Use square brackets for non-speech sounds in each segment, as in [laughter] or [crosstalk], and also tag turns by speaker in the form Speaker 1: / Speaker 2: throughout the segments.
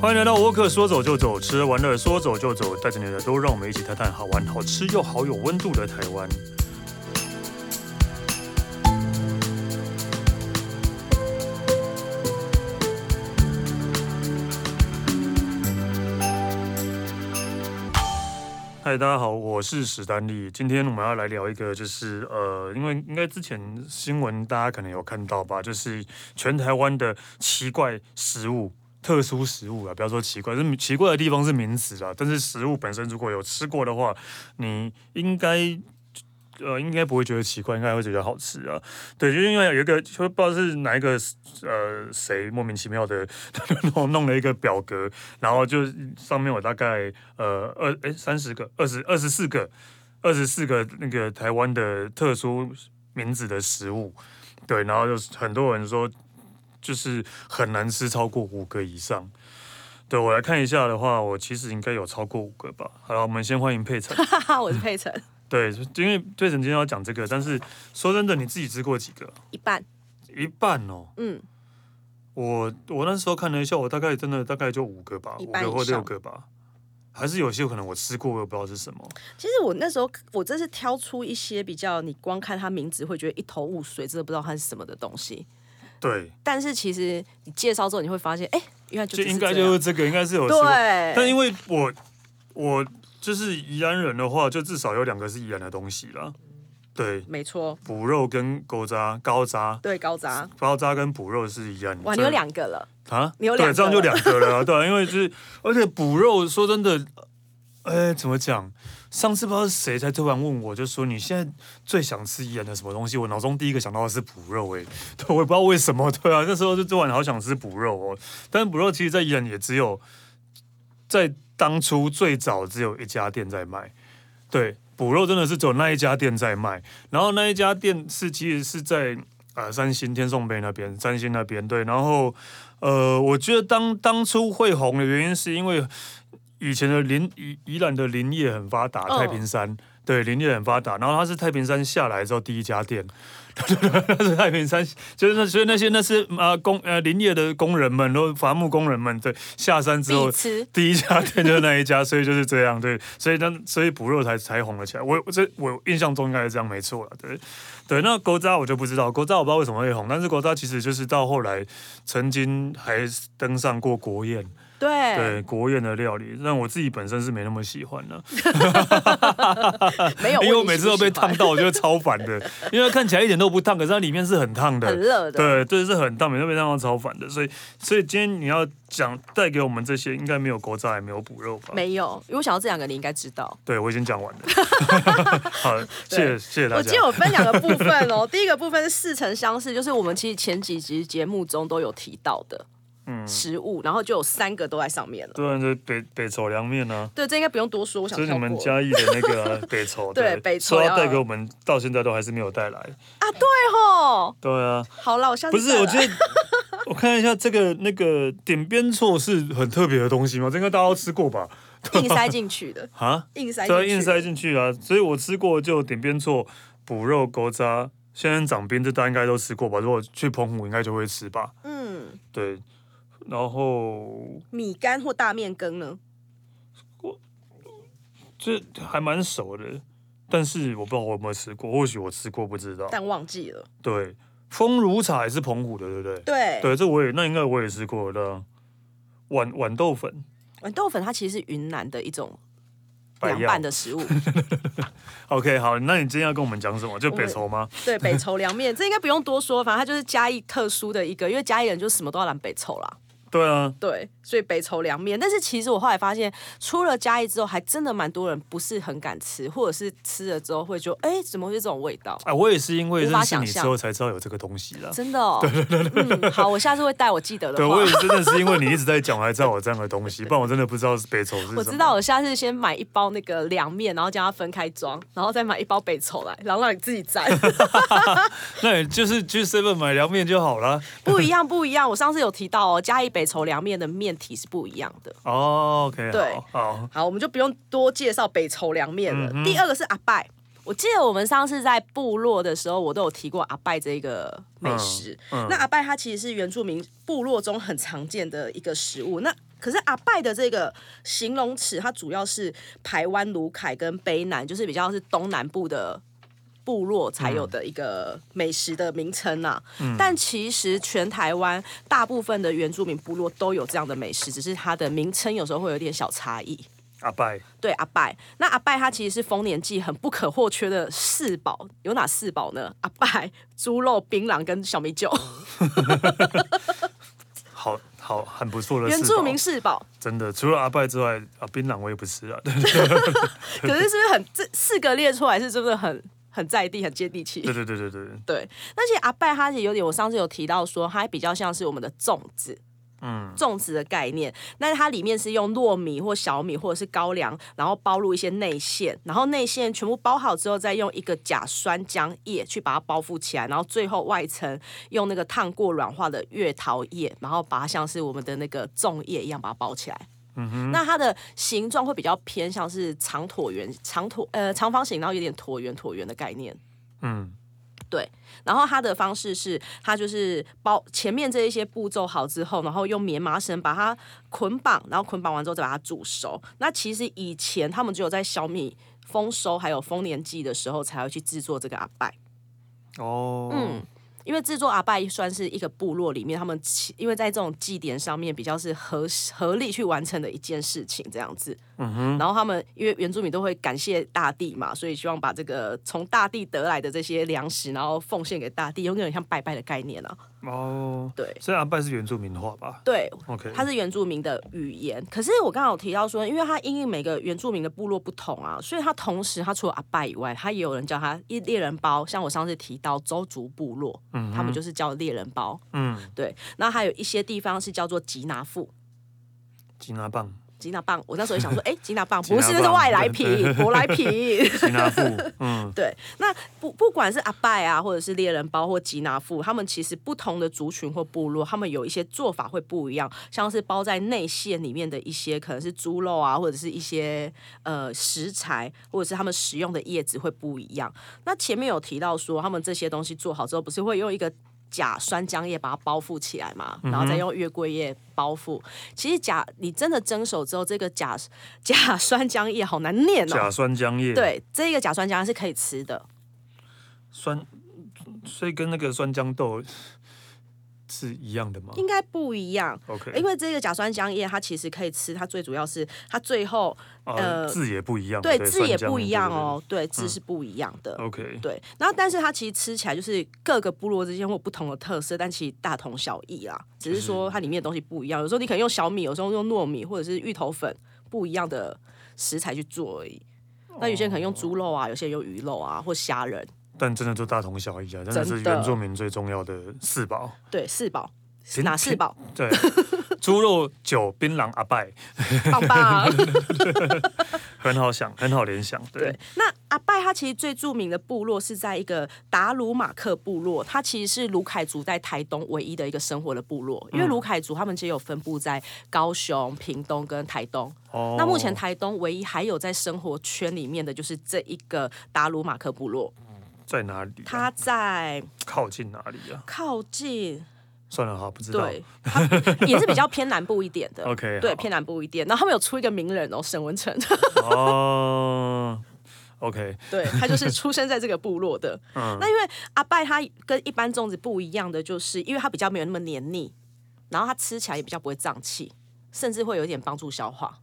Speaker 1: 欢迎来到沃克，说走就走，吃玩乐说走就走，带着你的耳朵，让我们一起探探好玩、好吃又好有温度的台湾。嗨，大家好，我是史丹利。今天我们要来聊一个，就是呃，因为应该之前新闻大家可能有看到吧，就是全台湾的奇怪食物、特殊食物啊，不要说奇怪，是奇怪的地方是名词啊，但是食物本身如果有吃过的话，你应该。呃，应该不会觉得奇怪，应该会觉得好吃啊。对，就是因为有一个，就不知道是哪一个呃谁莫名其妙的 [laughs] 弄弄了一个表格，然后就上面有大概呃二哎三十个二十二十四个二十四个那个台湾的特殊名字的食物，对，然后就是很多人说就是很难吃超过五个以上。对我来看一下的话，我其实应该有超过五个吧。好了，我们先欢迎佩
Speaker 2: [laughs]
Speaker 1: 晨。
Speaker 2: 哈哈，我是佩晨，
Speaker 1: 对，因为佩晨今天要讲这个，但是说真的，你自己吃过几个？
Speaker 2: 一半，
Speaker 1: 一半哦。
Speaker 2: 嗯，
Speaker 1: 我我那时候看了一下，我大概真的大概就五个吧，
Speaker 2: 一
Speaker 1: 五
Speaker 2: 半以
Speaker 1: 个
Speaker 2: 上
Speaker 1: 或六个吧，还是有些可能我吃过，我也不知道是什么。
Speaker 2: 其实我那时候我这是挑出一些比较你光看它名字会觉得一头雾水，真的不知道它是什么的东西。
Speaker 1: 对，
Speaker 2: 但是其实你介绍之后，你会发现，哎、原来就
Speaker 1: 就
Speaker 2: 只
Speaker 1: 应
Speaker 2: 是
Speaker 1: 该
Speaker 2: 这
Speaker 1: 就是
Speaker 2: 样
Speaker 1: 这个，应该是有吃过。但
Speaker 2: 对，
Speaker 1: 因为我我就是宜兰人的话，就至少有两个是宜兰的东西啦。对，
Speaker 2: 没错，
Speaker 1: 补肉跟勾渣、高渣、
Speaker 2: 对高渣，
Speaker 1: 高渣跟补肉是一样的。
Speaker 2: 哇，你有两个了，
Speaker 1: 啊？
Speaker 2: 你有
Speaker 1: 对，
Speaker 2: 两
Speaker 1: 这样
Speaker 2: 个
Speaker 1: 就
Speaker 2: 了
Speaker 1: 两个了 [laughs] 啊，对啊，因为就是，而且补肉，说真的，哎，怎么讲？上次不知道是谁才突然问我，就说你现在最想吃宜兰的什么东西？我脑中第一个想到的是补肉、哎，对， [laughs] 我也不知道为什么，对啊，那时候就突然好想吃补肉哦。但补肉其实在宜兰也只有，在当初最早只有一家店在卖，对，补肉真的是只有那一家店在卖，然后那一家店是其实是在呃三星天颂碑那边，三星那边对，然后呃，我觉得当当初会红的原因是因为以前的林宜宜兰的林业很发达，
Speaker 2: 嗯
Speaker 1: 太平山。对，林业很发达，然后它是太平山下来之后第一家店， [laughs] 它是太平山，就是那所以那些那是啊、呃工呃林业的工人们，然后伐木工人们，对，下山之后
Speaker 2: 必吃。
Speaker 1: 第一家店就是那一家，所以就是这样，对， [laughs] 所以那所以补肉才才红了起来。我我这我印象中应该是这样，没错了，对对。那狗渣我就不知道，狗渣我不知道为什么会红，但是狗渣其实就是到后来曾经还登上过国宴，
Speaker 2: 对，
Speaker 1: 对国宴的料理，但我自己本身是没那么喜欢的、
Speaker 2: 没
Speaker 1: [laughs]
Speaker 2: 有，
Speaker 1: 因为我
Speaker 2: 问你
Speaker 1: 每
Speaker 2: 喜
Speaker 1: 次都
Speaker 2: 不
Speaker 1: 被
Speaker 2: 喜欢
Speaker 1: 烫，到，我觉得超烦
Speaker 2: [laughs]
Speaker 1: 的，因为它看起来一点都不烫，可是它里面是很烫的，
Speaker 2: 很热的，
Speaker 1: 对，这是很大，每次被当到超烦的，所以所以今天你要讲带给我们这些，应该没有狗仔，也没有补肉吧？
Speaker 2: 没有，因为我想到这两个你应该知道。
Speaker 1: 对，我已经讲
Speaker 2: [laughs]
Speaker 1: 完了。好，谢谢
Speaker 2: 对
Speaker 1: 谢谢大
Speaker 2: 我今天
Speaker 1: 家。
Speaker 2: 有分两个部分哦， [laughs] 第一个部分是似曾相识，就是我们其实前几集节目中都有提到的
Speaker 1: 嗯
Speaker 2: 食物，然后就有三个都在上面了。
Speaker 1: 对，就是北北丑凉面啊，
Speaker 2: 对，这应该不用多说，我想
Speaker 1: 就是
Speaker 2: 跳
Speaker 1: 你
Speaker 2: 过
Speaker 1: 们
Speaker 2: 了
Speaker 1: 嘉义的那个
Speaker 2: [laughs]
Speaker 1: 啊、北丑，
Speaker 2: 对北丑
Speaker 1: 说要
Speaker 2: 要
Speaker 1: 带给我们，到现在都还是没有带来。
Speaker 2: 啊，对吼，
Speaker 1: 对啊，
Speaker 2: 好了，我下次
Speaker 1: 不是，
Speaker 2: 再来
Speaker 1: 我觉得 [laughs] 我看一下这个那个点边错是很特别的东西吗？这应该大家都吃过吧？
Speaker 2: 硬塞进去
Speaker 1: [laughs]
Speaker 2: 的，
Speaker 1: 啊，
Speaker 2: 硬塞进
Speaker 1: 对，
Speaker 2: 去，
Speaker 1: 硬塞进去啊。所以我吃过就点边错、补肉、勾渣、仙人掌冰，这大家应该都吃过吧？如果去澎湖应该就会吃吧？
Speaker 2: 嗯，
Speaker 1: 对，然后
Speaker 2: 米干或大面羹呢？
Speaker 1: 这还蛮熟的，但是我不知道我有没有吃过，或许我吃过不知道。
Speaker 2: 但忘记了，
Speaker 1: 对，风如茶也是澎湖的，对不对？
Speaker 2: 对，
Speaker 1: 对，这我也那应该我也吃过的。豌豌豆粉，
Speaker 2: 豌哎豆粉它其实是云南的一种
Speaker 1: 白
Speaker 2: 凉
Speaker 1: 药
Speaker 2: 拌的
Speaker 1: [laughs]
Speaker 2: 食物，
Speaker 1: OK，好，那你今天要跟我们讲什么？就北投吗？
Speaker 2: 对，北稠凉面，这应该不用多说，反正它就是嘉义特殊的一个，因为嘉义人就什么都要染北稠啦。
Speaker 1: 对啊，
Speaker 2: 对，所以北稠凉面。但是其实我后来发现，出了嘉义之后，还真的蛮多人不是很敢吃，或者是吃了之后会觉得，哎、怎么会是这种味道？
Speaker 1: 啊，我也是因为
Speaker 2: 无法
Speaker 1: 认识你
Speaker 2: 想
Speaker 1: 之
Speaker 2: 象
Speaker 1: 后才知道有这个东西啦。
Speaker 2: [laughs] 真的哦，嗯，好，我下次会带我记得
Speaker 1: 对，
Speaker 2: 的话
Speaker 1: 我。也真的是因为你一直在讲，我才知道有这样的东西，不然我真的不知道是北投是什么。
Speaker 2: 我知道，我下次先买一包那个凉面，然后将它分开装，然后再买一包北丑来，然后让你自己蘸。 [laughs]
Speaker 1: 那你就是去 Seven 买凉面就好啦。
Speaker 2: 不一样，不一样。我上次有提到哦，嘉义北丑凉面的面体是不一样的。
Speaker 1: 哦，OK，
Speaker 2: 对
Speaker 1: 好，好，
Speaker 2: 好，我们就不用多介绍北稠凉面了。第二个是阿拜，我记得我们上次在部落的时候，我都有提过阿拜这个美食。那阿拜它其实是原住民部落中很常见的一个食物。那可是阿拜的这个形容词，它主要是台湾卢凯跟卑南，就是比较是东南部的部落才有的一个美食的名称啊。但其实全台湾大部分的原住民部落都有这样的美食，只是它的名称有时候会有点小差异。
Speaker 1: 阿拜，
Speaker 2: 对阿拜，那阿拜它其实是丰年祭很不可或缺的四宝，有哪四宝呢？阿拜、猪肉、槟榔跟小米酒，
Speaker 1: 好好很不错的
Speaker 2: [laughs] 原
Speaker 1: 四
Speaker 2: 住
Speaker 1: 宝
Speaker 2: 民
Speaker 1: [laughs]
Speaker 2: 四宝。
Speaker 1: 真的，除了阿拜之外，啊，槟榔我也不吃 [laughs] 啊。对
Speaker 2: 可是是不是很这四个列出来是真的很很在地、很接地气？
Speaker 1: 对对对对对，
Speaker 2: 对，那其实阿拜它也有点，我上次有提到说，它比较像是我们的粽子。
Speaker 1: 嗯，
Speaker 2: 粽子的概念，那它里面是用糯米或小米或者是高粱，然后包入一些内馅，然后内馅全部包好之后，再用一个假酸浆液去把它包覆起来，然后最后外层用那个烫过软化的月桃叶，然后把它像是我们的那个粽叶一样把它包起来。那它的形状会比较偏向是长椭圆、长椭呃长方形，然后有点椭圆、椭圆的概念。
Speaker 1: 嗯，
Speaker 2: 然后它的方式是，它就是包前面这一些步骤好之后，然后用棉麻绳把它捆绑，然后捆绑完之后再把它煮熟。那其实以前他们只有在小米丰收还有丰年祭的时候才会去制作这个阿拜。
Speaker 1: 哦，
Speaker 2: 嗯，因为制作阿拜算是一个部落里面，他们其因为在这种祭典上面比较是合合力去完成的一件事情，这样子。嗯哼。然后他们因为原住民都会感谢大地嘛，所以希望把这个从大地得来的这些粮食，然后奉献给大地，有点像拜拜的概念啊。
Speaker 1: 哦，
Speaker 2: 对
Speaker 1: 所以阿拜是原住民话吧
Speaker 2: 对，
Speaker 1: ？OK，
Speaker 2: 它是原住民的语言。可是我刚刚有提到说，因为它因应每个原住民的部落不同啊，所以它同时它除了阿拜以外，它也有人叫它一猎人包，像我上次提到周族部落，他们就是叫猎人包。
Speaker 1: 嗯，
Speaker 2: 对，那还有一些地方是叫做吉拿富、
Speaker 1: 吉拿棒，
Speaker 2: 吉拿棒。我那时候也想
Speaker 1: [laughs]
Speaker 2: 说，哎、吉拿棒
Speaker 1: 吉
Speaker 2: 不
Speaker 1: 拿
Speaker 2: 是，那是
Speaker 1: 棒
Speaker 2: 外
Speaker 1: 对
Speaker 2: 来品，舶来品。
Speaker 1: 吉拿 [laughs] 富，嗯，
Speaker 2: 对，那不不管是阿拜啊，或者是猎人包或吉拿富，他们其实不同的族群或部落，他们有一些做法会不一样，像是包在内馅里面的一些可能是猪肉啊，或者是一些呃食材，或者是他们使用的叶子会不一样。那前面有提到说，他们这些东西做好之后，不是会用一个。假酸浆液把它包覆起来嘛，然后再用月桂叶包覆。其实假你真的蒸熟之后，这个假假酸浆液好难念哦。
Speaker 1: 假酸浆液，，
Speaker 2: 对，这个假酸浆是可以吃的，
Speaker 1: 酸，所以跟那个酸浆豆是一样的吗
Speaker 2: 应该不一样。因
Speaker 1: ？OK，
Speaker 2: 为这个甲酸浆液，它其实可以吃，它最主要是它最后
Speaker 1: 呃，
Speaker 2: 呃
Speaker 1: 字也不一样，
Speaker 2: 对
Speaker 1: 对
Speaker 2: 字也
Speaker 1: 酸浆
Speaker 2: 不
Speaker 1: 液
Speaker 2: 一
Speaker 1: 对
Speaker 2: 样
Speaker 1: 对对嗯哦
Speaker 2: 哦，对字是不一样的。
Speaker 1: OK，
Speaker 2: 对，然后但是它其实吃起来就是各个部落之间会有不同的特色，但其实大同小异啦，只是
Speaker 1: 嗯
Speaker 2: 说它里面的东西不一样。有时候你可能用小米，有时候用糯米或者是芋头粉，不一样的食材去做而已。那有些人可能用
Speaker 1: 哦
Speaker 2: 猪肉啊，有些人用鱼肉啊，或虾仁，
Speaker 1: 但真的就大同小异啊，真的是
Speaker 2: 真的
Speaker 1: 原住民最重要的四宝。
Speaker 2: 对，四宝
Speaker 1: 平
Speaker 2: 哪四
Speaker 1: 平
Speaker 2: 宝？ [laughs]
Speaker 1: 对，猪肉、酒、槟榔、阿拜，
Speaker 2: 棒棒。
Speaker 1: 很好想，很好联想。对
Speaker 2: 对，，那阿拜他其实最著名的部落是在一个达鲁马克部落，它其实是卢凯族在台东唯一的一个生活的部落，因为
Speaker 1: 嗯
Speaker 2: 卢凯族他们其实有分布在高雄、屏东跟台东。
Speaker 1: 哦
Speaker 2: 那目前台东唯一还有在生活圈里面的就是这一个达鲁马克部落，
Speaker 1: 嗯在哪里、啊？
Speaker 2: 它在
Speaker 1: 靠近哪里啊？
Speaker 2: 靠近
Speaker 1: 算了哈，不知道。
Speaker 2: 对，它 [laughs] 也是比较偏南部一点的。
Speaker 1: OK，
Speaker 2: 对，
Speaker 1: 好
Speaker 2: 偏南部一点，然后他们有出一个名人哦，沈文成，
Speaker 1: 哦，OK，
Speaker 2: 对他就是出生在这个部落的，
Speaker 1: [laughs] 嗯
Speaker 2: 那因为阿拜它跟一般粽子不一样的，就是因为它比较没有那么黏腻，然后它吃起来也比较不会胀气，甚至会有一点帮助消化。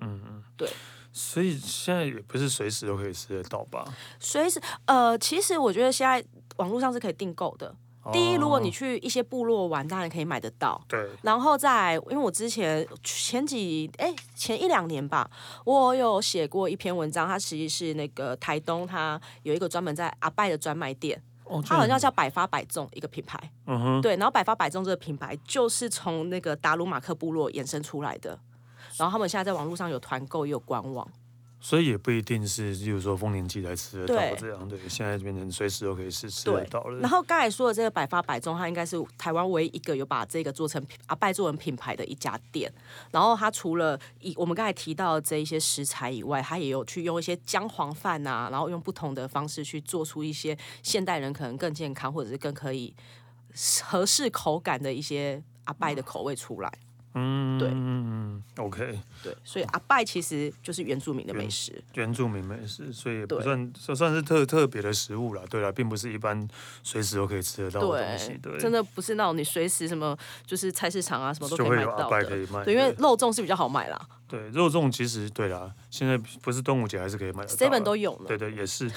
Speaker 1: 嗯嗯，
Speaker 2: 对。
Speaker 1: 所以现在也不是随时都可以吃得到吧？
Speaker 2: 随时呃，其实我觉得现在网络上是可以订购的。
Speaker 1: 哦
Speaker 2: 第一，如果你去一些部落玩，当然可以买得到。
Speaker 1: 对，
Speaker 2: 然后再，因为我之前前几哎前一两年吧，我有写过一篇文章，它其实是那个台东，它有一个专门在阿拜的专卖店，
Speaker 1: 哦，这
Speaker 2: 它
Speaker 1: 样
Speaker 2: 好像叫百发百中一个品牌。
Speaker 1: 嗯哼，
Speaker 2: 对，然后百发百中这个品牌就是从那个达鲁马克部落衍生出来的，然后他们现在在网络上有团购，也有官网。
Speaker 1: 所以也不一定是，例如说丰年祭才吃得到
Speaker 2: 对
Speaker 1: 这样。对，现在变成随时都可以吃吃得
Speaker 2: 对
Speaker 1: 到，
Speaker 2: 然
Speaker 1: 了。
Speaker 2: 后刚才说的这个百发百中，它应该是台湾唯一一个有把这个做成品阿拜做成品牌的一家店。然后它除了以我们刚才提到的这一些食材以外，它也有去用一些姜黄饭啊，然后用不同的方式去做出一些现代人可能更健康或者是更可以合适口感的一些阿拜的口味出来。
Speaker 1: 嗯，
Speaker 2: 对
Speaker 1: 嗯，OK，
Speaker 2: 对，所以阿拜其实就是原住民的美食。
Speaker 1: 原住民美食，所以也不
Speaker 2: 对
Speaker 1: 算算算是特特别的食物啦。对啦，并不是一般随时都可以吃得到的东西。
Speaker 2: 对，
Speaker 1: 对，
Speaker 2: 真的不是那种你随时什么就是菜市场啊什么都可
Speaker 1: 就
Speaker 2: 以
Speaker 1: 会
Speaker 2: 买
Speaker 1: 有阿
Speaker 2: 到
Speaker 1: 拜
Speaker 2: 的。
Speaker 1: 可以卖
Speaker 2: 对，因为
Speaker 1: 对
Speaker 2: 肉粽是比较好卖啦
Speaker 1: 对肉粽其实对啦，现在不是端午节还是可以买得到啦
Speaker 2: ，seven 都有呢。
Speaker 1: 对对也是。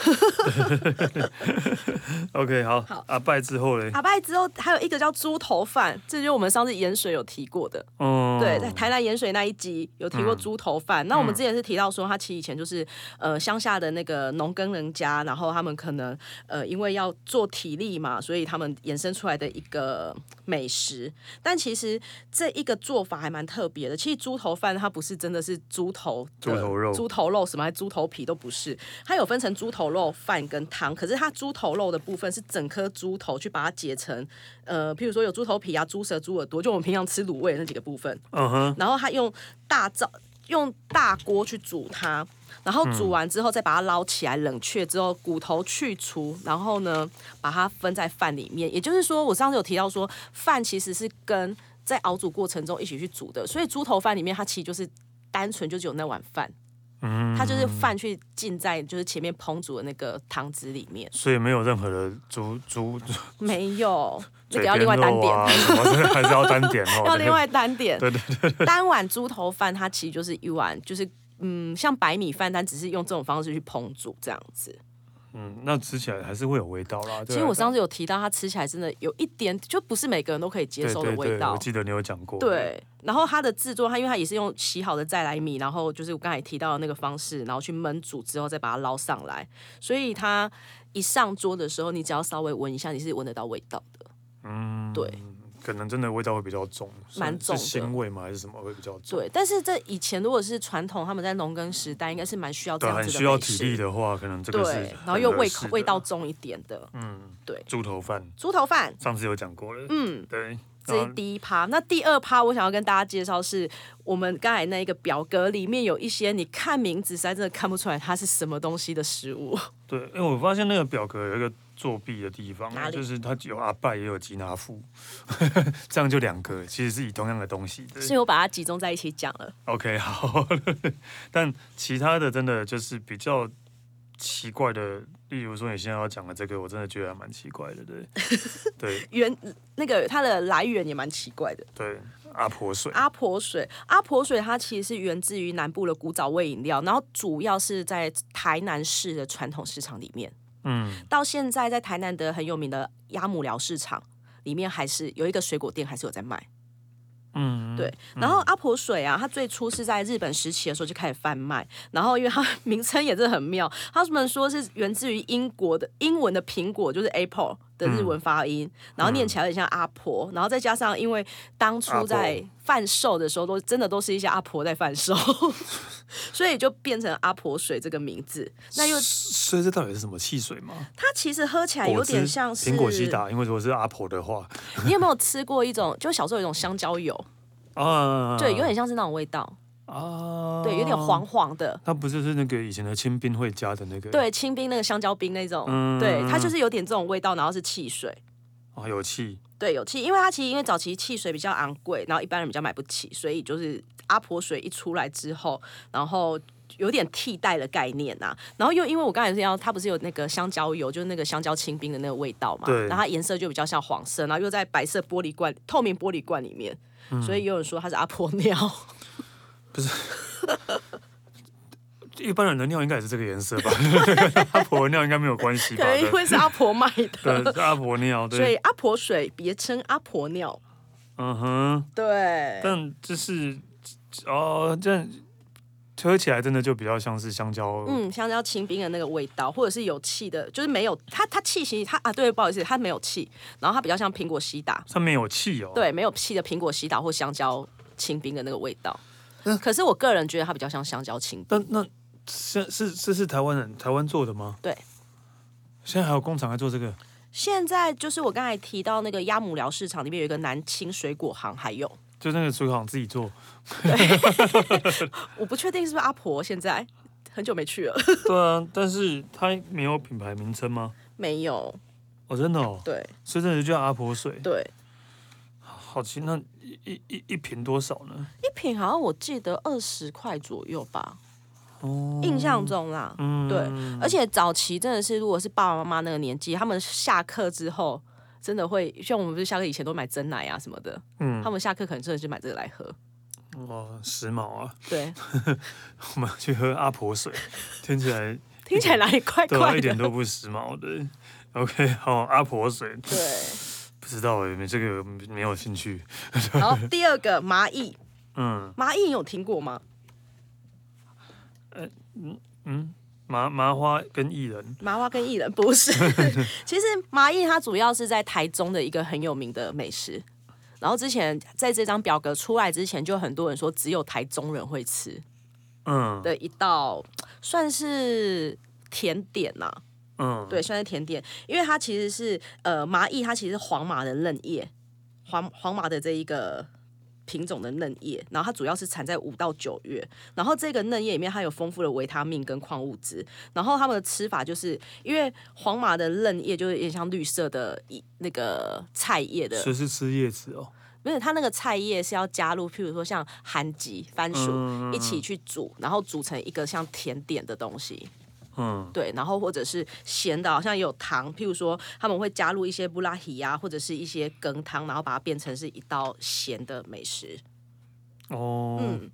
Speaker 1: OK，好，
Speaker 2: 好啊
Speaker 1: 阿拜之后嘞，
Speaker 2: 阿拜之后还有一个叫猪头饭，这就是我们上次盐水有提过的。
Speaker 1: 嗯，
Speaker 2: 对，在台南盐水那一集有提过猪头饭。那我们之前是提到说，他其实以前就是呃乡下的那个农耕人家，然后他们可能呃因为要做体力嘛，所以他们衍生出来的一个美食。但其实这一个做法还蛮特别的。其实猪头饭它不是真的是猪头的，
Speaker 1: 猪头肉
Speaker 2: 猪头肉什么还猪头皮都不是，它有分成猪头肉饭跟汤。可是它猪头肉的部分是整颗猪头去把它解成呃，譬如说有猪头皮啊、猪舌、猪耳朵，就我们平常吃卤味的那几个部分。
Speaker 1: 嗯哼，
Speaker 2: 然后他用大灶用大锅去煮它，然后煮完之后再把它捞起来冷却之后，骨头去除，然后呢把它分在饭里面。也就是说，我上次有提到说，饭其实是跟在熬煮过程中一起去煮的，所以猪头饭里面它其实就是单纯就只有那碗饭。
Speaker 1: 嗯
Speaker 2: 它就是饭去浸在就是前面烹煮的那个汤汁里面，
Speaker 1: 所以没有任何的猪猪
Speaker 2: 没有，那
Speaker 1: 嘴
Speaker 2: 个要
Speaker 1: 边
Speaker 2: 另外单
Speaker 1: 肉
Speaker 2: 点，
Speaker 1: 啊，什么的还是要单点哦，
Speaker 2: [laughs] 要
Speaker 1: 对
Speaker 2: 另外单点。
Speaker 1: 对对对，
Speaker 2: 单碗猪头饭，它其实就是一碗，就是嗯，像白米饭，但只是用这种方式去烹煮这样子。
Speaker 1: 嗯，那吃起来还是会有味道啦。对啊
Speaker 2: 其实我
Speaker 1: 对啊
Speaker 2: 上次有提到，它吃起来真的有一点，就不是每个人都可以接
Speaker 1: 对
Speaker 2: 受的
Speaker 1: 对
Speaker 2: 味
Speaker 1: 对，
Speaker 2: 道
Speaker 1: 我。记得你有讲过，
Speaker 2: 对，然后它的制作，它因为它也是用洗好的再来米，然后就是我刚才提到的那个方式，然后去焖煮之后再把它捞上来，所以它一上桌的时候，你只要稍微闻一下，你是闻得到味道的。
Speaker 1: 嗯，
Speaker 2: 对，
Speaker 1: 可能真的味道会比较重，是
Speaker 2: 蛮重的
Speaker 1: 是腥味吗？还是什么会比较重？
Speaker 2: 对，但是这以前如果是传统，他们在农耕时代，应该是蛮需要
Speaker 1: 对，
Speaker 2: 这样子
Speaker 1: 啊很
Speaker 2: 的
Speaker 1: 需要
Speaker 2: 美
Speaker 1: 体
Speaker 2: 食
Speaker 1: 力的话，可能这个是
Speaker 2: 对，然后
Speaker 1: 很
Speaker 2: 又
Speaker 1: 合
Speaker 2: 味
Speaker 1: 适
Speaker 2: 口
Speaker 1: 的
Speaker 2: 味道重一点的
Speaker 1: 嗯，
Speaker 2: 对
Speaker 1: 猪头饭
Speaker 2: 猪头饭，
Speaker 1: 上次有讲过了，
Speaker 2: 嗯，
Speaker 1: 对，
Speaker 2: 这是
Speaker 1: 那
Speaker 2: 第一趴。那第二趴，我想要跟大家介绍是我们刚才那一个表格里面有一些你看名字实在真的看不出来它是什么东西的食物。
Speaker 1: 对，因为我发现那个表格有一个作弊的地方
Speaker 2: 哪，里
Speaker 1: 就是它有阿拜也有吉拿富，这样就两个，其实是以同样的东西的。
Speaker 2: 所以我把它集中在一起讲了。
Speaker 1: OK，好， [laughs] 但其他的真的就是比较奇怪的，例如说你现在要讲的这个，我真的觉得还蛮奇怪的，对，
Speaker 2: [laughs]
Speaker 1: 对
Speaker 2: 原那个它的来源也蛮奇怪的，
Speaker 1: 对，阿婆水，
Speaker 2: 阿婆水，阿婆水它其实是源自于南部的古早味饮料，然后主要是在台南市的传统市场里面。
Speaker 1: 嗯，
Speaker 2: 到现在在台南的很有名的鸭母寮市场里面，还是有一个水果店还是有在卖。
Speaker 1: 嗯，
Speaker 2: 对，然后阿婆水啊，它最初是在日本时期的时候就开始贩卖，然后因为它 [laughs] 名称也是很妙，他们说是源自于英国的英文的苹果，就是 apple 的日
Speaker 1: 嗯
Speaker 2: 文发音，然后念起来有点像阿婆，然后再加上因为当初在贩售的时候都真的都是一些阿婆在贩售， [laughs] 所以就变成阿婆水这个名字。那又
Speaker 1: 所以这到底是什么汽水吗？
Speaker 2: 它其实喝起来有
Speaker 1: 果
Speaker 2: 点
Speaker 1: 汁
Speaker 2: 像是
Speaker 1: 苹果西打，因为如果是阿婆的话
Speaker 2: 你有没有吃过一种，就小时候有一种香蕉油，
Speaker 1: 啊，
Speaker 2: 对，有点像是那种味道，
Speaker 1: 啊，
Speaker 2: 对，有点黄。黄的。
Speaker 1: 它不就是那个以前的清兵会加的那个？，
Speaker 2: 对，清冰那个香蕉冰那种，
Speaker 1: 嗯
Speaker 2: 对，它就是有点这种味道，然后是汽水。
Speaker 1: 哦，有气，
Speaker 2: 对，有汽，因为它其实因为早期汽水比较昂贵，然后一般人比较买不起，所以就是阿婆水一出来之后，然后有点替代的概念呐、然后又因为我刚才是要，它不是有那个香蕉油，就是那个香蕉清冰的那个味道嘛，
Speaker 1: 对
Speaker 2: 然后它颜色就比较像黄色，然后又在白色玻璃罐、透明玻璃罐里面，
Speaker 1: 嗯
Speaker 2: 所以有人说它是阿婆尿。
Speaker 1: 一般人的尿应该也是这个颜色
Speaker 2: [laughs]
Speaker 1: 吧？阿婆的尿应该没有关系
Speaker 2: 可
Speaker 1: 吧？
Speaker 2: 能因为是阿婆卖
Speaker 1: 对，
Speaker 2: 的，
Speaker 1: 对阿婆尿，
Speaker 2: 所以
Speaker 1: [laughs] 对，
Speaker 2: 阿婆水别称阿婆尿。
Speaker 1: 嗯哼。
Speaker 2: 对，
Speaker 1: 但就是哦，这样喝起来真的就比较像是香蕉，
Speaker 2: 嗯，香蕉清冰的那个味道，或者是有气的，就是没有它，它气息它啊，对，不好意思，它没有气，然后它比较像苹果西打，
Speaker 1: 上面有气哦。，
Speaker 2: 对，没有气的苹果西打或香蕉清冰的那个味道。可是我个人觉得它比较像香蕉清冰，
Speaker 1: 但那是是这是台湾人台湾做的吗？
Speaker 2: 对。
Speaker 1: 现在还有工厂在做这个，
Speaker 2: 现在就是我刚才提到那个鸭母寮市场里面有一个南青水果行，还有
Speaker 1: 就那个水厂自己
Speaker 2: [laughs]
Speaker 1: 做。
Speaker 2: 我不确定是不是阿婆，现在很久没去了， [laughs]
Speaker 1: 对啊，但是它没有品牌名称吗？
Speaker 2: 没有，
Speaker 1: 哦，真的哦，
Speaker 2: 对
Speaker 1: 所以真的就叫阿婆水。
Speaker 2: 对，
Speaker 1: 好奇，那一一一瓶多少呢？
Speaker 2: 一瓶好像我记得二十块左右吧，
Speaker 1: 哦，
Speaker 2: 印象中啦。
Speaker 1: 嗯
Speaker 2: 对，而且早期真的是，如果是爸爸妈妈那个年纪，他们下课之后真的会，像我们不是下课以前都买真奶啊什么的，
Speaker 1: 嗯
Speaker 2: 他们下课可能真的就买这个来喝。
Speaker 1: 哦，时髦啊！ [laughs]
Speaker 2: 对，
Speaker 1: 我们去喝阿婆
Speaker 2: [laughs]
Speaker 1: 水，听起来
Speaker 2: 听起来哪里怪
Speaker 1: 对啊，
Speaker 2: 怪
Speaker 1: 一点
Speaker 2: 的。
Speaker 1: 都不时髦的。OK，好，阿婆水
Speaker 2: 对，
Speaker 1: 不知道哎，没这个没有兴趣。
Speaker 2: 然后第二个蚂蚁，
Speaker 1: 嗯
Speaker 2: 蚂蚁你有听过吗？
Speaker 1: 嗯，麻麻花跟艺人，
Speaker 2: 麻花跟薏仁不是， [laughs] 其实麻薏它主要是在台中的一个很有名的美食。然后之前在这张表格出来之前，就很多人说只有台中人会吃
Speaker 1: 嗯
Speaker 2: 的一道，算是甜点啊呐、
Speaker 1: 嗯，
Speaker 2: 对，算是甜点，因为它其实是呃麻薏，它其实是黄麻的嫩叶，黄黄麻的这一个品种的嫩叶，然后它主要是产在五到九月，然后这个嫩叶里面它有丰富的维他命跟矿物质，然后它们的吃法就是因为黄麻的嫩叶就是有点像绿色的一那个菜叶的，
Speaker 1: 所以是吃叶子哦。
Speaker 2: 不是它那个菜叶是要加入，譬如说像韩籍番薯、
Speaker 1: 嗯
Speaker 2: 一起去煮，然后煮成一个像甜点的东西。
Speaker 1: 嗯
Speaker 2: 对，然后或者是咸的，好像也有糖，譬如说他们会加入一些布拉提呀，或者是一些羹汤，然后把它变成是一道咸的美食。
Speaker 1: 哦，
Speaker 2: 嗯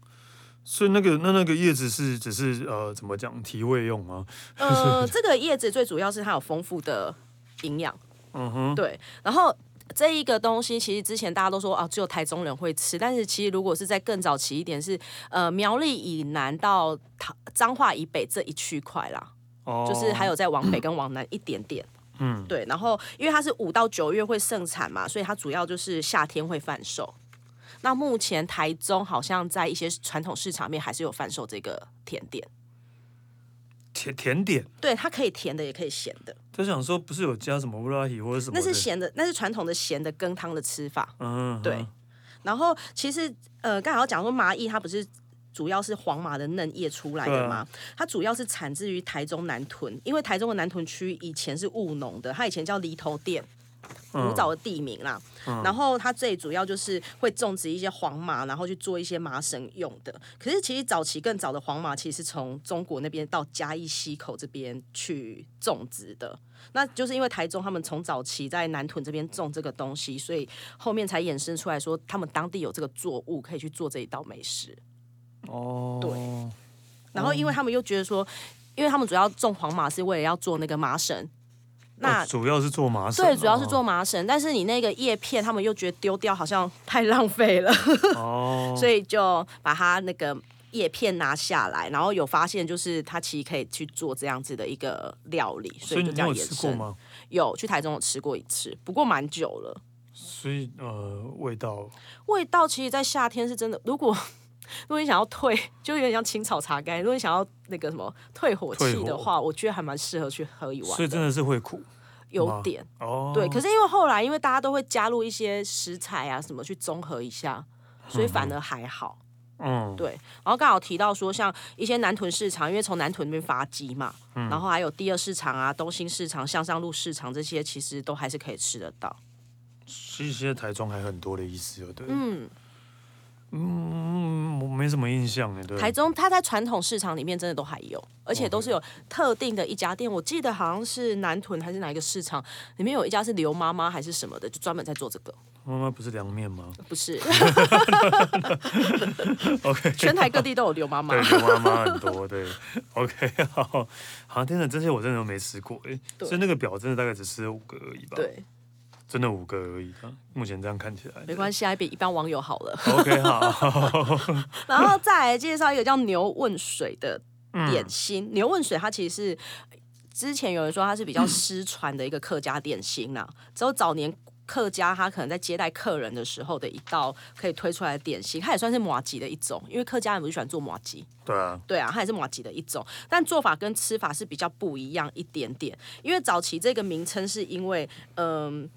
Speaker 1: 所以那个那那个叶子是只是呃怎么讲提味用吗？ [laughs]
Speaker 2: 呃，这个叶子最主要是它有丰富的营养，
Speaker 1: 嗯哼，
Speaker 2: 对，然后。这一个东西，其实之前大家都说啊，只有台中人会吃，但是其实如果是在更早期一点是，呃苗栗以南到桃彰化以北这一区块啦，
Speaker 1: 哦，
Speaker 2: 就是还有再往北跟往南一点点。嗯，对，然后因为它是五到九月会盛产嘛，所以它主要就是夏天会贩售。那目前台中好像在一些传统市场面还是有贩售这个甜点，
Speaker 1: 甜甜点。
Speaker 2: 对，它可以甜的也可以咸的，
Speaker 1: 就想说不是有加什么布拉提或者什么
Speaker 2: 那
Speaker 1: 的？
Speaker 2: 是咸的，那是传统的咸的羹汤的吃法。
Speaker 1: 嗯，嗯，
Speaker 2: 对然后其实呃，刚才我讲说麻蚁它不是。主要是黄麻的嫩叶出来的嘛，它主要是产自于台中南屯，因为台中的南屯区以前是务农的，它以前叫犁头店，
Speaker 1: 嗯
Speaker 2: 古早的地名啦。然后它最主要就是会种植一些黄麻，然后去做一些麻绳用的。可是其实早期更早的黄麻，其实是从中国那边到嘉义溪口这边去种植的。那就是因为台中他们从早期在南屯这边种这个东西，所以后面才衍生出来说他们当地有这个作物可以去做这一道美食。
Speaker 1: 哦，对，
Speaker 2: 然后
Speaker 1: 嗯
Speaker 2: 因为他们又觉得说，因为他们主要种黄麻是为了要做那个麻绳。那
Speaker 1: 主哦要是做麻绳哦，
Speaker 2: 对，主要是做麻绳，但是你那个叶片，他们又觉得丢掉好像太浪费了，
Speaker 1: 哦，
Speaker 2: [laughs] 所以就把它那个叶片拿下来，然后有发现就是它其实可以去做这样子的一个料理，所
Speaker 1: 所
Speaker 2: 以
Speaker 1: 以
Speaker 2: 就
Speaker 1: 你
Speaker 2: 这样
Speaker 1: 有
Speaker 2: 延
Speaker 1: 吃过
Speaker 2: 伸。
Speaker 1: 吗？
Speaker 2: 有去台中有吃过一次，不过蛮久了，
Speaker 1: 所以呃，味道
Speaker 2: 味道其实，在夏天是真的，如果。 [laughs] 如果你想要退，就有点像青草茶干。如果你想要那个什么退火
Speaker 1: 退
Speaker 2: 气的
Speaker 1: 火
Speaker 2: 话，我觉得还蛮适合去喝一碗
Speaker 1: 所以真
Speaker 2: 的，
Speaker 1: 的是会苦
Speaker 2: 有
Speaker 1: 吗
Speaker 2: 点。
Speaker 1: 哦。
Speaker 2: 对，可是因为后来因为大家都会加入一些食材啊什么去综合一下，所以反而还好。
Speaker 1: 嗯，
Speaker 2: 对，然后刚好提到说，像一些南屯市场，因为从南屯那边发鸡嘛，
Speaker 1: 嗯
Speaker 2: 然后还有第二市场啊、东兴市场、向上路市场这些，其实都还是可以吃得到。
Speaker 1: 其实现在台中还很多的意思，对，
Speaker 2: 嗯，
Speaker 1: 嗯，我没什么印象呢，对，
Speaker 2: 台中它在传统市场里面真的都还有，而且都是有特定的一家店。我记得好像是南屯还是哪一个市场，里面有一家是刘妈妈还是什么的，就专门在做这个，
Speaker 1: 妈妈不是凉面
Speaker 2: [laughs]
Speaker 1: 吗
Speaker 2: 不是
Speaker 1: ？OK，
Speaker 2: 全台各地都有刘妈妈
Speaker 1: [laughs] 对，。刘妈妈很多，对，OK，好， [laughs] 好，真的这些我真的都没吃过，哎，
Speaker 2: 对
Speaker 1: 所以那个表真的大概只吃了五个而已吧，，
Speaker 2: 对，
Speaker 1: 真的五个而已，啊目前这样看起来，
Speaker 2: 没关系啊，比一般网友好了。
Speaker 1: 系，OK，好，
Speaker 2: [laughs] 然后再来介绍一个叫牛问水的点心。牛问水它其实是之前有人说它是比较失传的一个客家点心啦、只有早年。客家他可能在接待客人的时候的一道可以推出来的点心，它也算是马吉的一种，因为客家人不是喜欢做马吉，
Speaker 1: 对啊，
Speaker 2: 对啊，它也是马吉的一种，但做法跟吃法是比较不一样一点点。因为早期这个名称是因为，嗯、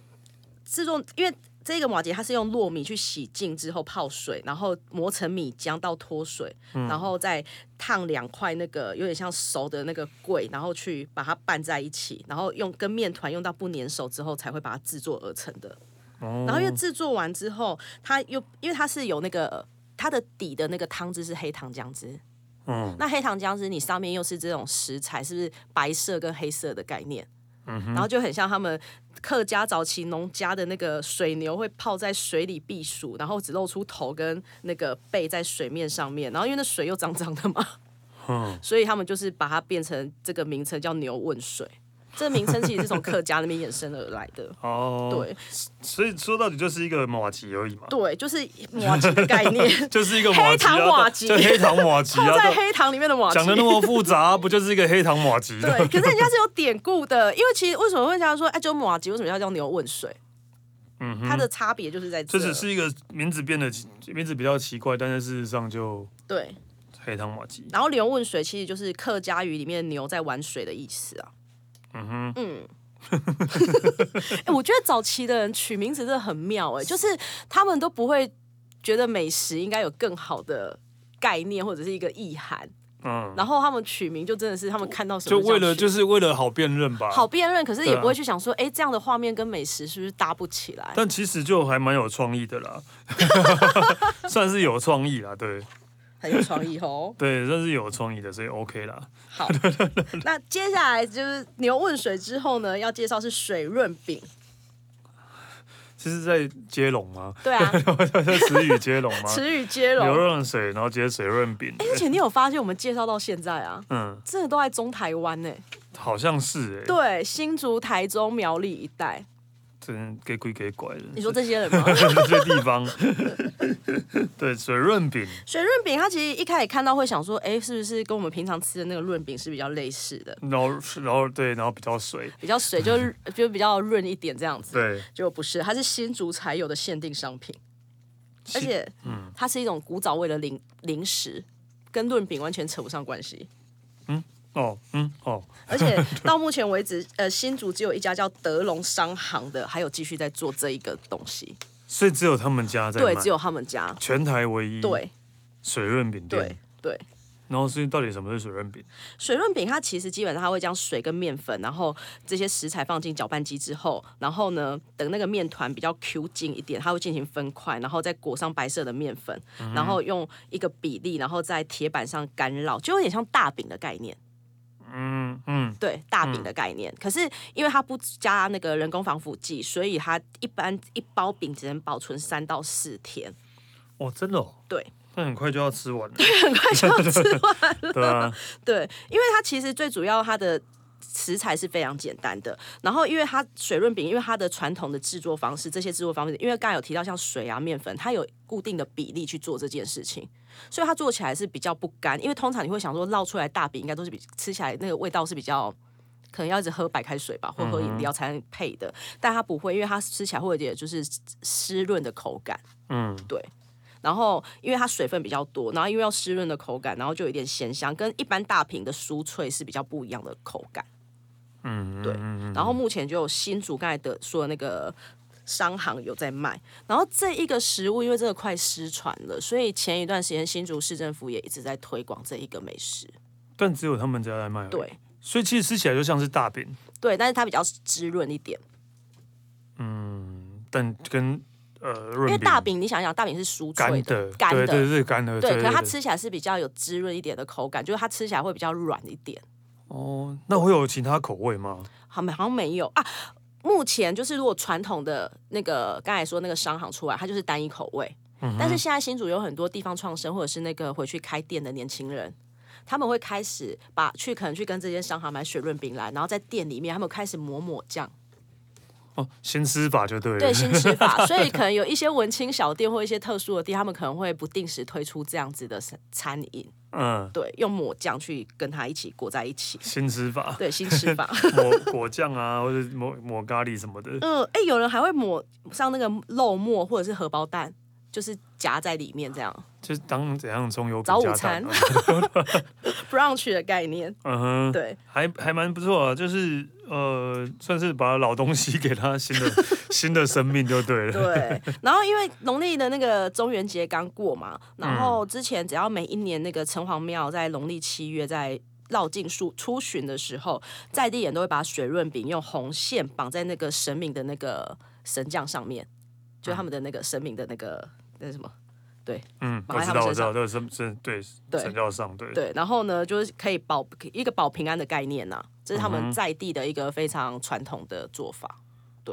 Speaker 2: 制作因为。这个马吉它是用糯米去洗净之后泡水，然后磨成米浆到脱水，然后再烫两块那个有点像熟的那个桂，然后去把它拌在一起，然后用跟面团用到不粘手之后才会把它制作而成的。然后因为制作完之后，它又因为它是有那个它的底的那个汤汁是黑糖姜汁，
Speaker 1: 嗯
Speaker 2: 那黑糖姜汁你上面又是这种食材，是不是白色跟黑色的概念？
Speaker 1: 嗯
Speaker 2: 然后就很像他们客家早期农家的那个水牛会泡在水里避暑，然后只露出头跟那个背在水面上面，然后因为那水又脏脏的嘛，
Speaker 1: 嗯，，
Speaker 2: [laughs] 所以他们就是把它变成这个名称叫牛问水。这个名称其实是从客家那边衍生而来的
Speaker 1: [laughs] 哦，
Speaker 2: 对
Speaker 1: 所以说到底就是一个马吉而已嘛，
Speaker 2: 对，就是瓦吉的概念，
Speaker 1: 就是一个马吉啊
Speaker 2: 黑糖马吉
Speaker 1: 就黑糖马
Speaker 2: [laughs]
Speaker 1: 吉
Speaker 2: 泡
Speaker 1: 啊，
Speaker 2: 在
Speaker 1: 都
Speaker 2: 黑糖里面的瓦吉
Speaker 1: 讲。的那么复杂，不就是一个黑糖马吉？
Speaker 2: 对，可是人家是有典故的，因为其实为什么会这样说？哎，就瓦吉为什么要叫牛问水？
Speaker 1: 嗯
Speaker 2: 它
Speaker 1: 哼，
Speaker 2: 的差别就是在这，
Speaker 1: 这只是一个名字变得名字比较奇怪，但是事实上就
Speaker 2: 对。
Speaker 1: 黑糖马吉。
Speaker 2: 然后牛问水其实就是客家语里面牛在玩水的意思啊。
Speaker 1: 嗯哼，
Speaker 2: [laughs] 哎、我觉得早期的人取名字真的很妙哎、就是他们都不会觉得美食应该有更好的概念或者是一个意涵，
Speaker 1: 嗯，
Speaker 2: 然后他们取名就真的是他们看到什
Speaker 1: 就
Speaker 2: 么
Speaker 1: 为了
Speaker 2: 这样取
Speaker 1: 就是为了好辨认吧。
Speaker 2: 好辨认，可是
Speaker 1: 对
Speaker 2: 也
Speaker 1: 啊
Speaker 2: 不会去想说，哎、这样的画面跟美食是不是搭不起来？
Speaker 1: 但其实就还蛮有创意的
Speaker 2: [laughs]
Speaker 1: 啦，算是有创意啦，对
Speaker 2: 很有创意哦。
Speaker 1: 对，算是有创意的，所以 OK 啦。
Speaker 2: [laughs] 好，那接下来就是牛问水之后呢，要介绍是水润饼。
Speaker 1: 这是在接龙吗？ [laughs]
Speaker 2: [laughs] 对啊，
Speaker 1: 在词语接龙
Speaker 2: [laughs]
Speaker 1: 吗？
Speaker 2: 词语接
Speaker 1: 流
Speaker 2: 龙。
Speaker 1: 润水，然后接水润饼。
Speaker 2: 哎、而且你有发现我们介绍到现在啊，
Speaker 1: 嗯，
Speaker 2: 真的都在中台湾呢、
Speaker 1: 好像是哎、欸，
Speaker 2: 对，新竹、台中、苗栗一 [laughs] 带，
Speaker 1: 真给鬼给拐的。
Speaker 2: 你说这些人
Speaker 1: [laughs]
Speaker 2: 吗？
Speaker 1: 这些地方， [laughs] 对水润饼，
Speaker 2: 水润饼，它其实一开始看到会想说，哎、是不是跟我们平常吃的那个润饼是比较类似的，
Speaker 1: 然后然后对，然后比较水，
Speaker 2: 比较 [laughs] 水就就比较润一点这样子。
Speaker 1: 对，
Speaker 2: 结果不是，它是新竹才有的限定商品，而且
Speaker 1: 嗯
Speaker 2: 它是一种古早味的零零食，跟润饼完全扯不上关系。 [laughs]
Speaker 1: 哦嗯哦，
Speaker 2: 而且到目前为止，呃，新竹只有一家叫德隆商行的，还有继续在做这一个东西。
Speaker 1: 所以只有他们家在卖，
Speaker 2: 对，只有他们家。
Speaker 1: 全台唯一
Speaker 2: 对
Speaker 1: 水润饼
Speaker 2: 对
Speaker 1: 店。
Speaker 2: 对，
Speaker 1: 然后所以到底什么是水润饼？
Speaker 2: 水润饼它其实基本上它会将水跟面粉，然后这些食材放进搅拌机之后，然后呢，等那个面团比较 Q 劲一点，它会进行分块，然后再裹上白色的面粉，然后用一个比例，然后在铁板上干烙，就有点像大饼的概念。
Speaker 1: 嗯嗯，
Speaker 2: 对大饼的概念。可是因为它不加那个人工防腐剂，所以它一般一包饼只能保存三到四天。
Speaker 1: 哦，真的、哦，
Speaker 2: 对，
Speaker 1: 那很快就要吃
Speaker 2: [laughs]
Speaker 1: 完了，啊很 [laughs] 快就要吃完了，
Speaker 2: 对，因为它其实最主要它的。食材是非常简单的，然后因为它水润饼，因为它的传统的制作方式，这些制作方式，因为刚才有提到像水啊、面粉，它有固定的比例去做这件事情，所以它做起来是比较不干。因为通常你会想说烙出来大饼应该都是比吃起来那个味道是比较，可能要一直喝白开水吧，或喝饮料才能配的，但它不会，因为它吃起来会有点就是湿润的口感。
Speaker 1: 对啊，嗯，
Speaker 2: 然后因为它水分比较多，然后因为要湿润的口感，然后就有点咸香，跟一般大瓶的酥脆是比较不一样的口感。
Speaker 1: 嗯，
Speaker 2: 对
Speaker 1: 嗯，
Speaker 2: 然后目前就有新竹刚才的说的那个。商行有在卖，然后这一个食物因为这个快失传了，所以前一段时间新竹市政府也一直在推广这一个美食。
Speaker 1: 但只有他们家在卖，，
Speaker 2: 对
Speaker 1: 所以其实吃起来就像是大饼，
Speaker 2: 对，但是它比较滋润一点，
Speaker 1: 但跟呃润饼
Speaker 2: 因为大饼你想想，大饼是酥脆
Speaker 1: 干的，
Speaker 2: 干
Speaker 1: 对
Speaker 2: 的，
Speaker 1: 对对，干的，
Speaker 2: 对
Speaker 1: 对，
Speaker 2: 可是它
Speaker 1: 对
Speaker 2: 吃起来是比较有滋润一点的口感，就是它吃起来会比较软一点。
Speaker 1: 哦，那会有其他口味吗？
Speaker 2: 好没好像没有啊。目前就是如果传统的那个刚才说那个商行出来，它就是单一口味。但是现在新竹有很多地方创生或者是那个回去开店的年轻人，他们会开始把去可能去跟这些商行买水润饼来，然后在店里面他们开始抹抹酱，
Speaker 1: 哦，先吃法就对了，
Speaker 2: 对新吃法。所以可能有一些文青小店或一些特殊的店，他们可能会不定时推出这样子的餐餐饮，
Speaker 1: [laughs] 嗯，
Speaker 2: 对，用抹酱去跟它一起裹在一起，
Speaker 1: 先吃法，
Speaker 2: 对新吃法。
Speaker 1: 抹果酱啊，或者抹抹咖喱什么的，
Speaker 2: 嗯，哎、有人还会抹上那个肉末或者是荷包蛋，就是夹在里面这样
Speaker 1: 就是当怎样葱油饼
Speaker 2: 早午
Speaker 1: 加蛋
Speaker 2: 餐
Speaker 1: 啊
Speaker 2: [laughs] brunch 的概念。
Speaker 1: 嗯哼，
Speaker 2: 对，
Speaker 1: 还还蛮不错啊，就是呃，算是把老东西给它新
Speaker 2: [laughs]
Speaker 1: 的新的生命就对了。
Speaker 2: 对，然后因为农历的那个中元节刚过嘛，然后之前只要每一年那个城隍庙在农历七月在绕境初出巡的时候，在地人都会把水润饼用红线绑在那个神明的那个神像上面，就是他们的那个神明的那个那是什么。
Speaker 1: 嗯，
Speaker 2: 绑
Speaker 1: 我
Speaker 2: 在
Speaker 1: 知
Speaker 2: 他
Speaker 1: 道，
Speaker 2: 们
Speaker 1: 我
Speaker 2: 身
Speaker 1: 知道，这是是对
Speaker 2: 对
Speaker 1: 神教上对，
Speaker 2: 对，然后呢，就是可以保一个保平安的概念呐、这是他们在地的一个非常传统的做法。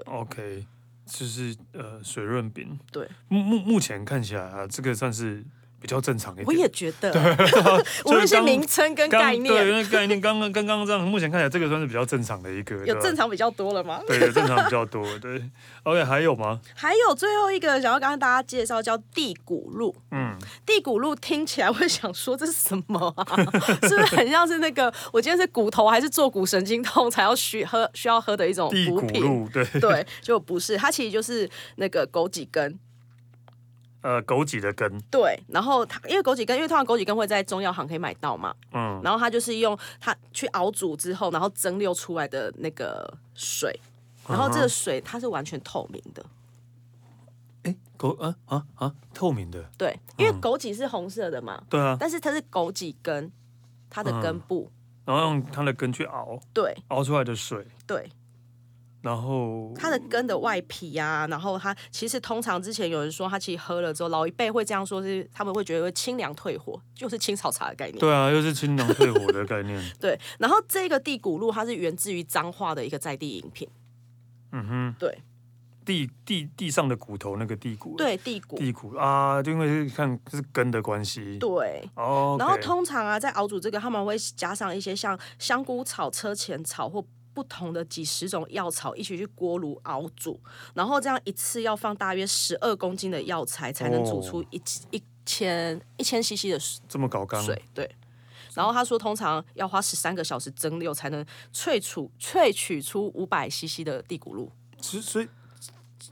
Speaker 1: OK，就是呃水润饼。
Speaker 2: 对，
Speaker 1: 目目目前看起来啊，这个算是比较正常一点。
Speaker 2: 我也觉得， [laughs] 无论是
Speaker 1: 刚
Speaker 2: 名称跟
Speaker 1: 刚
Speaker 2: 概
Speaker 1: 对，因
Speaker 2: 念，
Speaker 1: 为概念刚刚刚刚这样，目前看起来这个算是比较正常的一个。
Speaker 2: 有
Speaker 1: 对吧
Speaker 2: 正常比较多了吗？
Speaker 1: 对，有正常比较多。对，OK，还有
Speaker 2: [laughs]
Speaker 1: 吗？
Speaker 2: 还有最后一个想要跟大家介绍叫地骨路，
Speaker 1: 嗯，
Speaker 2: 地骨路听起来会想说这是什么啊？ [laughs] 是不是很像是那个我今天是骨头还是坐骨神经痛才要需喝需要喝的一种
Speaker 1: 地
Speaker 2: 补
Speaker 1: 骨
Speaker 2: 品？
Speaker 1: 露，对，
Speaker 2: 对，就不是，它其实就是那个枸杞根，
Speaker 1: 呃，枸杞的根，
Speaker 2: 对，然后它因为枸杞根，因为通常枸杞根会在中药行可以买到嘛，
Speaker 1: 嗯，
Speaker 2: 然后它就是用它去熬煮之后，然后蒸馏出来的那个水，然
Speaker 1: 嗯
Speaker 2: 后这个水它是完全透明的，
Speaker 1: 哎，枸啊啊啊，透明的，
Speaker 2: 对，因为枸杞是红色的嘛，
Speaker 1: 对啊，
Speaker 2: 但是它是枸杞根，它的根部，
Speaker 1: 然后用它的根去熬，
Speaker 2: 对
Speaker 1: 熬出来的水，
Speaker 2: 对，
Speaker 1: 然后
Speaker 2: 它的根的外皮啊，然后它其实通常之前有人说，它其实喝了之后，老一辈会这样说是，他们会觉得会清凉退火，就是青草茶的概念。
Speaker 1: 对啊，又是清凉退火的概念，
Speaker 2: 对，然后这个地骨露它是源自于彰化的一个在地饮品，
Speaker 1: 嗯哼，
Speaker 2: 对
Speaker 1: 地地地上的骨头那个地骨，
Speaker 2: 对，地骨，
Speaker 1: 地骨啊，就因为是看是根的关系。
Speaker 2: 对。
Speaker 1: 哦，
Speaker 2: 然后通常啊，在熬煮这个，他们会加上一些像香菇草、车前草或不同的几十种药草一起去锅炉熬煮，然后这样一次要放大约十二公斤的药材，才能煮
Speaker 1: 哦
Speaker 2: 出一、一千一千 CC 的水
Speaker 1: 这么搞刚，
Speaker 2: 水。对。然后他说，通常要花十三个小时蒸馏才能萃取萃取出五百 CC 的地骨露，
Speaker 1: 所以所以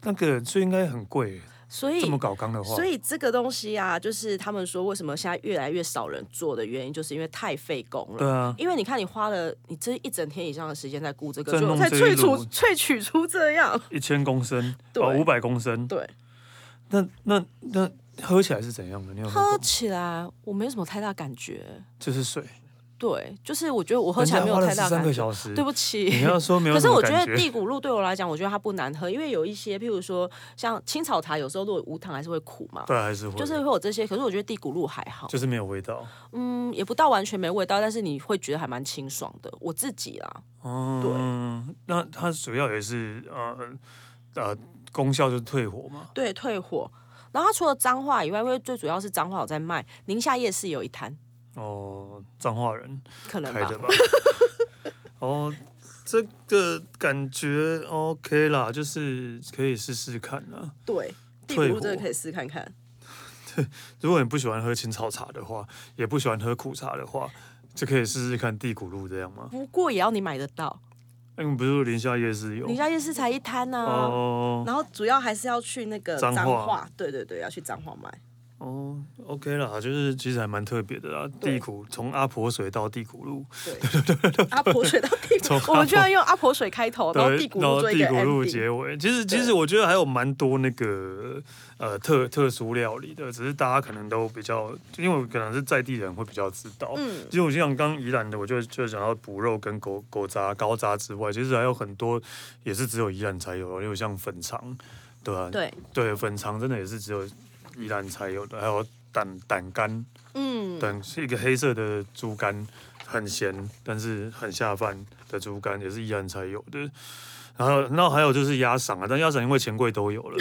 Speaker 1: 那个所以应该很贵耶，
Speaker 2: 所以
Speaker 1: 这么搞刚的话，
Speaker 2: 所以这个东西啊，就是他们说为什么现在越来越少人做的原因，就是因为太费工了。
Speaker 1: 对啊，
Speaker 2: 因为你看，你花了你这一整天以上的时间在顾这个，
Speaker 1: 在
Speaker 2: 就
Speaker 1: 弄
Speaker 2: 才
Speaker 1: 这
Speaker 2: 萃
Speaker 1: 一
Speaker 2: 出
Speaker 1: 炉
Speaker 2: 萃取出这样。
Speaker 1: 一千公升，
Speaker 2: 对
Speaker 1: 哦，五百公升，
Speaker 2: 对，
Speaker 1: 那那那喝起来是怎样的？你有喝
Speaker 2: 喝
Speaker 1: 过？
Speaker 2: 起来我没有什么太大感觉，
Speaker 1: 就是水，
Speaker 2: 对，就是我觉得我喝
Speaker 1: 人
Speaker 2: 起来
Speaker 1: 家
Speaker 2: 没
Speaker 1: 花
Speaker 2: 有
Speaker 1: 了
Speaker 2: 太
Speaker 1: 十
Speaker 2: 大
Speaker 1: 三
Speaker 2: 感
Speaker 1: 个
Speaker 2: 觉，
Speaker 1: 小时，
Speaker 2: 对不
Speaker 1: 你
Speaker 2: 起。
Speaker 1: 要说没有
Speaker 2: 可是
Speaker 1: 什么
Speaker 2: 我觉
Speaker 1: 感
Speaker 2: 得
Speaker 1: 觉，
Speaker 2: 地骨露对我来讲，我觉得它不难喝，因为有一些，譬如说像青草茶，有时候如果无糖还是会苦嘛，
Speaker 1: 对，啊还是会，
Speaker 2: 就是会有这些。可是我觉得地骨露还好，
Speaker 1: 就是没有味道，
Speaker 2: 嗯，也不到完全没味道，但是你会觉得还蛮清爽的。我自己啦，
Speaker 1: 嗯，那它主要也是呃呃功效就是退火嘛，
Speaker 2: 对，退火。然后它除了彰化以外，因为最主要是彰化有在卖，宁夏夜市有一摊，
Speaker 1: 哦，彰化人。
Speaker 2: 可能
Speaker 1: 开
Speaker 2: 吧
Speaker 1: 的。吧。 [laughs] 哦，这个感觉 OK 啦，就是可以试试看啊啦。
Speaker 2: 对，地
Speaker 1: 退
Speaker 2: 骨这个
Speaker 1: 火
Speaker 2: 可以试看看。
Speaker 1: 如果你不喜欢喝青草茶的话，也不喜欢喝苦茶的话，就可以试试看地骨露这样吗？
Speaker 2: 不过也要你买得到，
Speaker 1: 那你不是宁夏夜市有
Speaker 2: 宁？夏夜市才一摊啊呢、
Speaker 1: 哦
Speaker 2: 然后主要还是要去那个
Speaker 1: 彰
Speaker 2: 彰
Speaker 1: 化
Speaker 2: 化，对对对，要去彰化买。
Speaker 1: 哦，OK 啦，就是其实还蛮特别的啦。
Speaker 2: 对
Speaker 1: 地骨从阿婆水到地骨露，
Speaker 2: 对，阿婆水到地
Speaker 1: 从
Speaker 2: 骨，我们居然用阿婆水开头，然后地骨
Speaker 1: 然
Speaker 2: 露
Speaker 1: 后
Speaker 2: 做一
Speaker 1: 地
Speaker 2: 个
Speaker 1: 骨露
Speaker 2: ending。
Speaker 1: 结尾。其实其实
Speaker 2: 对
Speaker 1: 我觉得还有蛮多那个呃特特殊料理的，只是大家可能都比较，因为我可能是在地人会比较知道。嗯，其实我就像刚宜兰的，我就就想要补肉跟狗狗杂高杂之外，其实还有很多也是只有宜兰才有，例如像粉肠，对啊，
Speaker 2: 对，
Speaker 1: 对粉肠真的也是只有宜兰才有的，还有胆胆肝，
Speaker 2: 嗯，
Speaker 1: 等是一个黑色的猪肝，很咸，但是很下饭的猪肝，也是宜兰才有的。然后，然后还有就是鸭嗓啊，但鸭嗓因为钱柜都有
Speaker 2: [laughs]
Speaker 1: 了，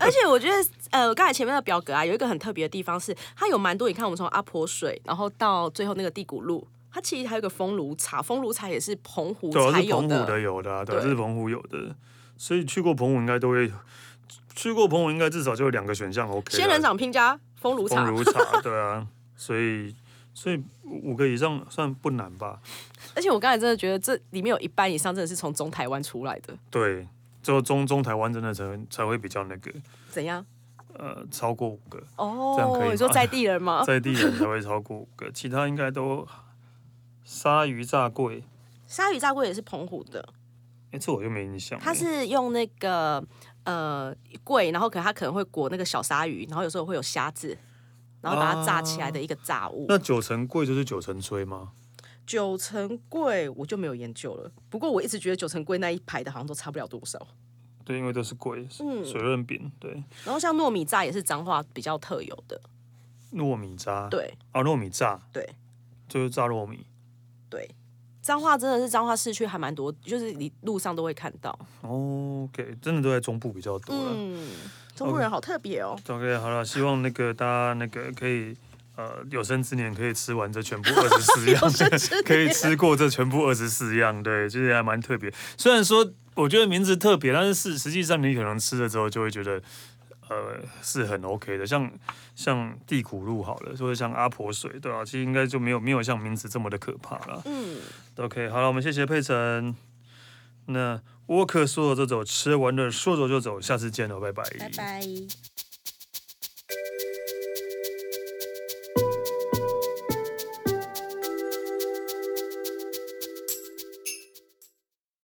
Speaker 2: 而且我觉得，呃，刚才前面的表格啊，有一个很特别的地方是，它有蛮多。你看，我们从阿婆水，然后到最后那个地骨路，它其实还有一个风炉茶，风炉茶也是澎湖
Speaker 1: 对啊，
Speaker 2: 才
Speaker 1: 是
Speaker 2: 有
Speaker 1: 澎湖
Speaker 2: 的。
Speaker 1: 的有的、啊，对啊，
Speaker 2: 对
Speaker 1: 这是澎湖有的，所以去过澎湖应该都会，去过澎湖应该至少就有两个选项 OK 啦。
Speaker 2: 仙人掌拼加风炉
Speaker 1: 风
Speaker 2: 茶，
Speaker 1: 如茶，对啊，所以所以五个以上算不难吧？
Speaker 2: 而且我刚才真的觉得这里面有一半以上真的是从中台湾出来的，
Speaker 1: 对，就中中台湾真的才才会比较那个，
Speaker 2: 怎样？
Speaker 1: 呃，超过五个。这样可以
Speaker 2: 哦，
Speaker 1: 吗
Speaker 2: 你说在地人吗？
Speaker 1: 在地人才会超过五个， [laughs] 其他应该都鲨鱼炸柜，
Speaker 2: 鲨鱼炸龟也是澎湖的，
Speaker 1: 哎、这我就没印象了。
Speaker 2: 它是用那个呃桂，然后可能它可能会裹那个小鲨鱼，然后有时候会有虾子，然后把它炸起来
Speaker 1: 啊
Speaker 2: 的一个炸物。
Speaker 1: 那九层柜就是九层炊吗？
Speaker 2: 九层柜我就没有研究了，不过我一直觉得九层柜那一排的好像都差不了多少。
Speaker 1: 对，因为都是贵，
Speaker 2: 嗯
Speaker 1: 水润饼，对，
Speaker 2: 然后像糯米炸也是彰化比较特有的，
Speaker 1: 糯米渣，
Speaker 2: 对
Speaker 1: 啊，糯米炸
Speaker 2: 对
Speaker 1: 就是炸糯米，
Speaker 2: 对，彰化真的是彰化市区还蛮多，就是你路上都会看到。
Speaker 1: 哦 OK，真的都在中部比较多了。
Speaker 2: 嗯，中国人好特别哦。
Speaker 1: OK，好了，希望那个大家那个可以。呃，有生之年可以吃完这全部二十四 [laughs] 样，可以吃过这全部二十四样，对，就是还蛮特别。虽然说我觉得名字特别，但是是实际上你可能吃了之后就会觉得，呃，是很 OK 的。像像地骨露好了，或者像阿婆水，对吧、其实应该就没有没有像名字这么的可怕了。
Speaker 2: 嗯，
Speaker 1: OK，好了，我们谢谢佩晨。那沃克说走就走，吃完了说走就走，下次见喽，拜拜
Speaker 2: 拜。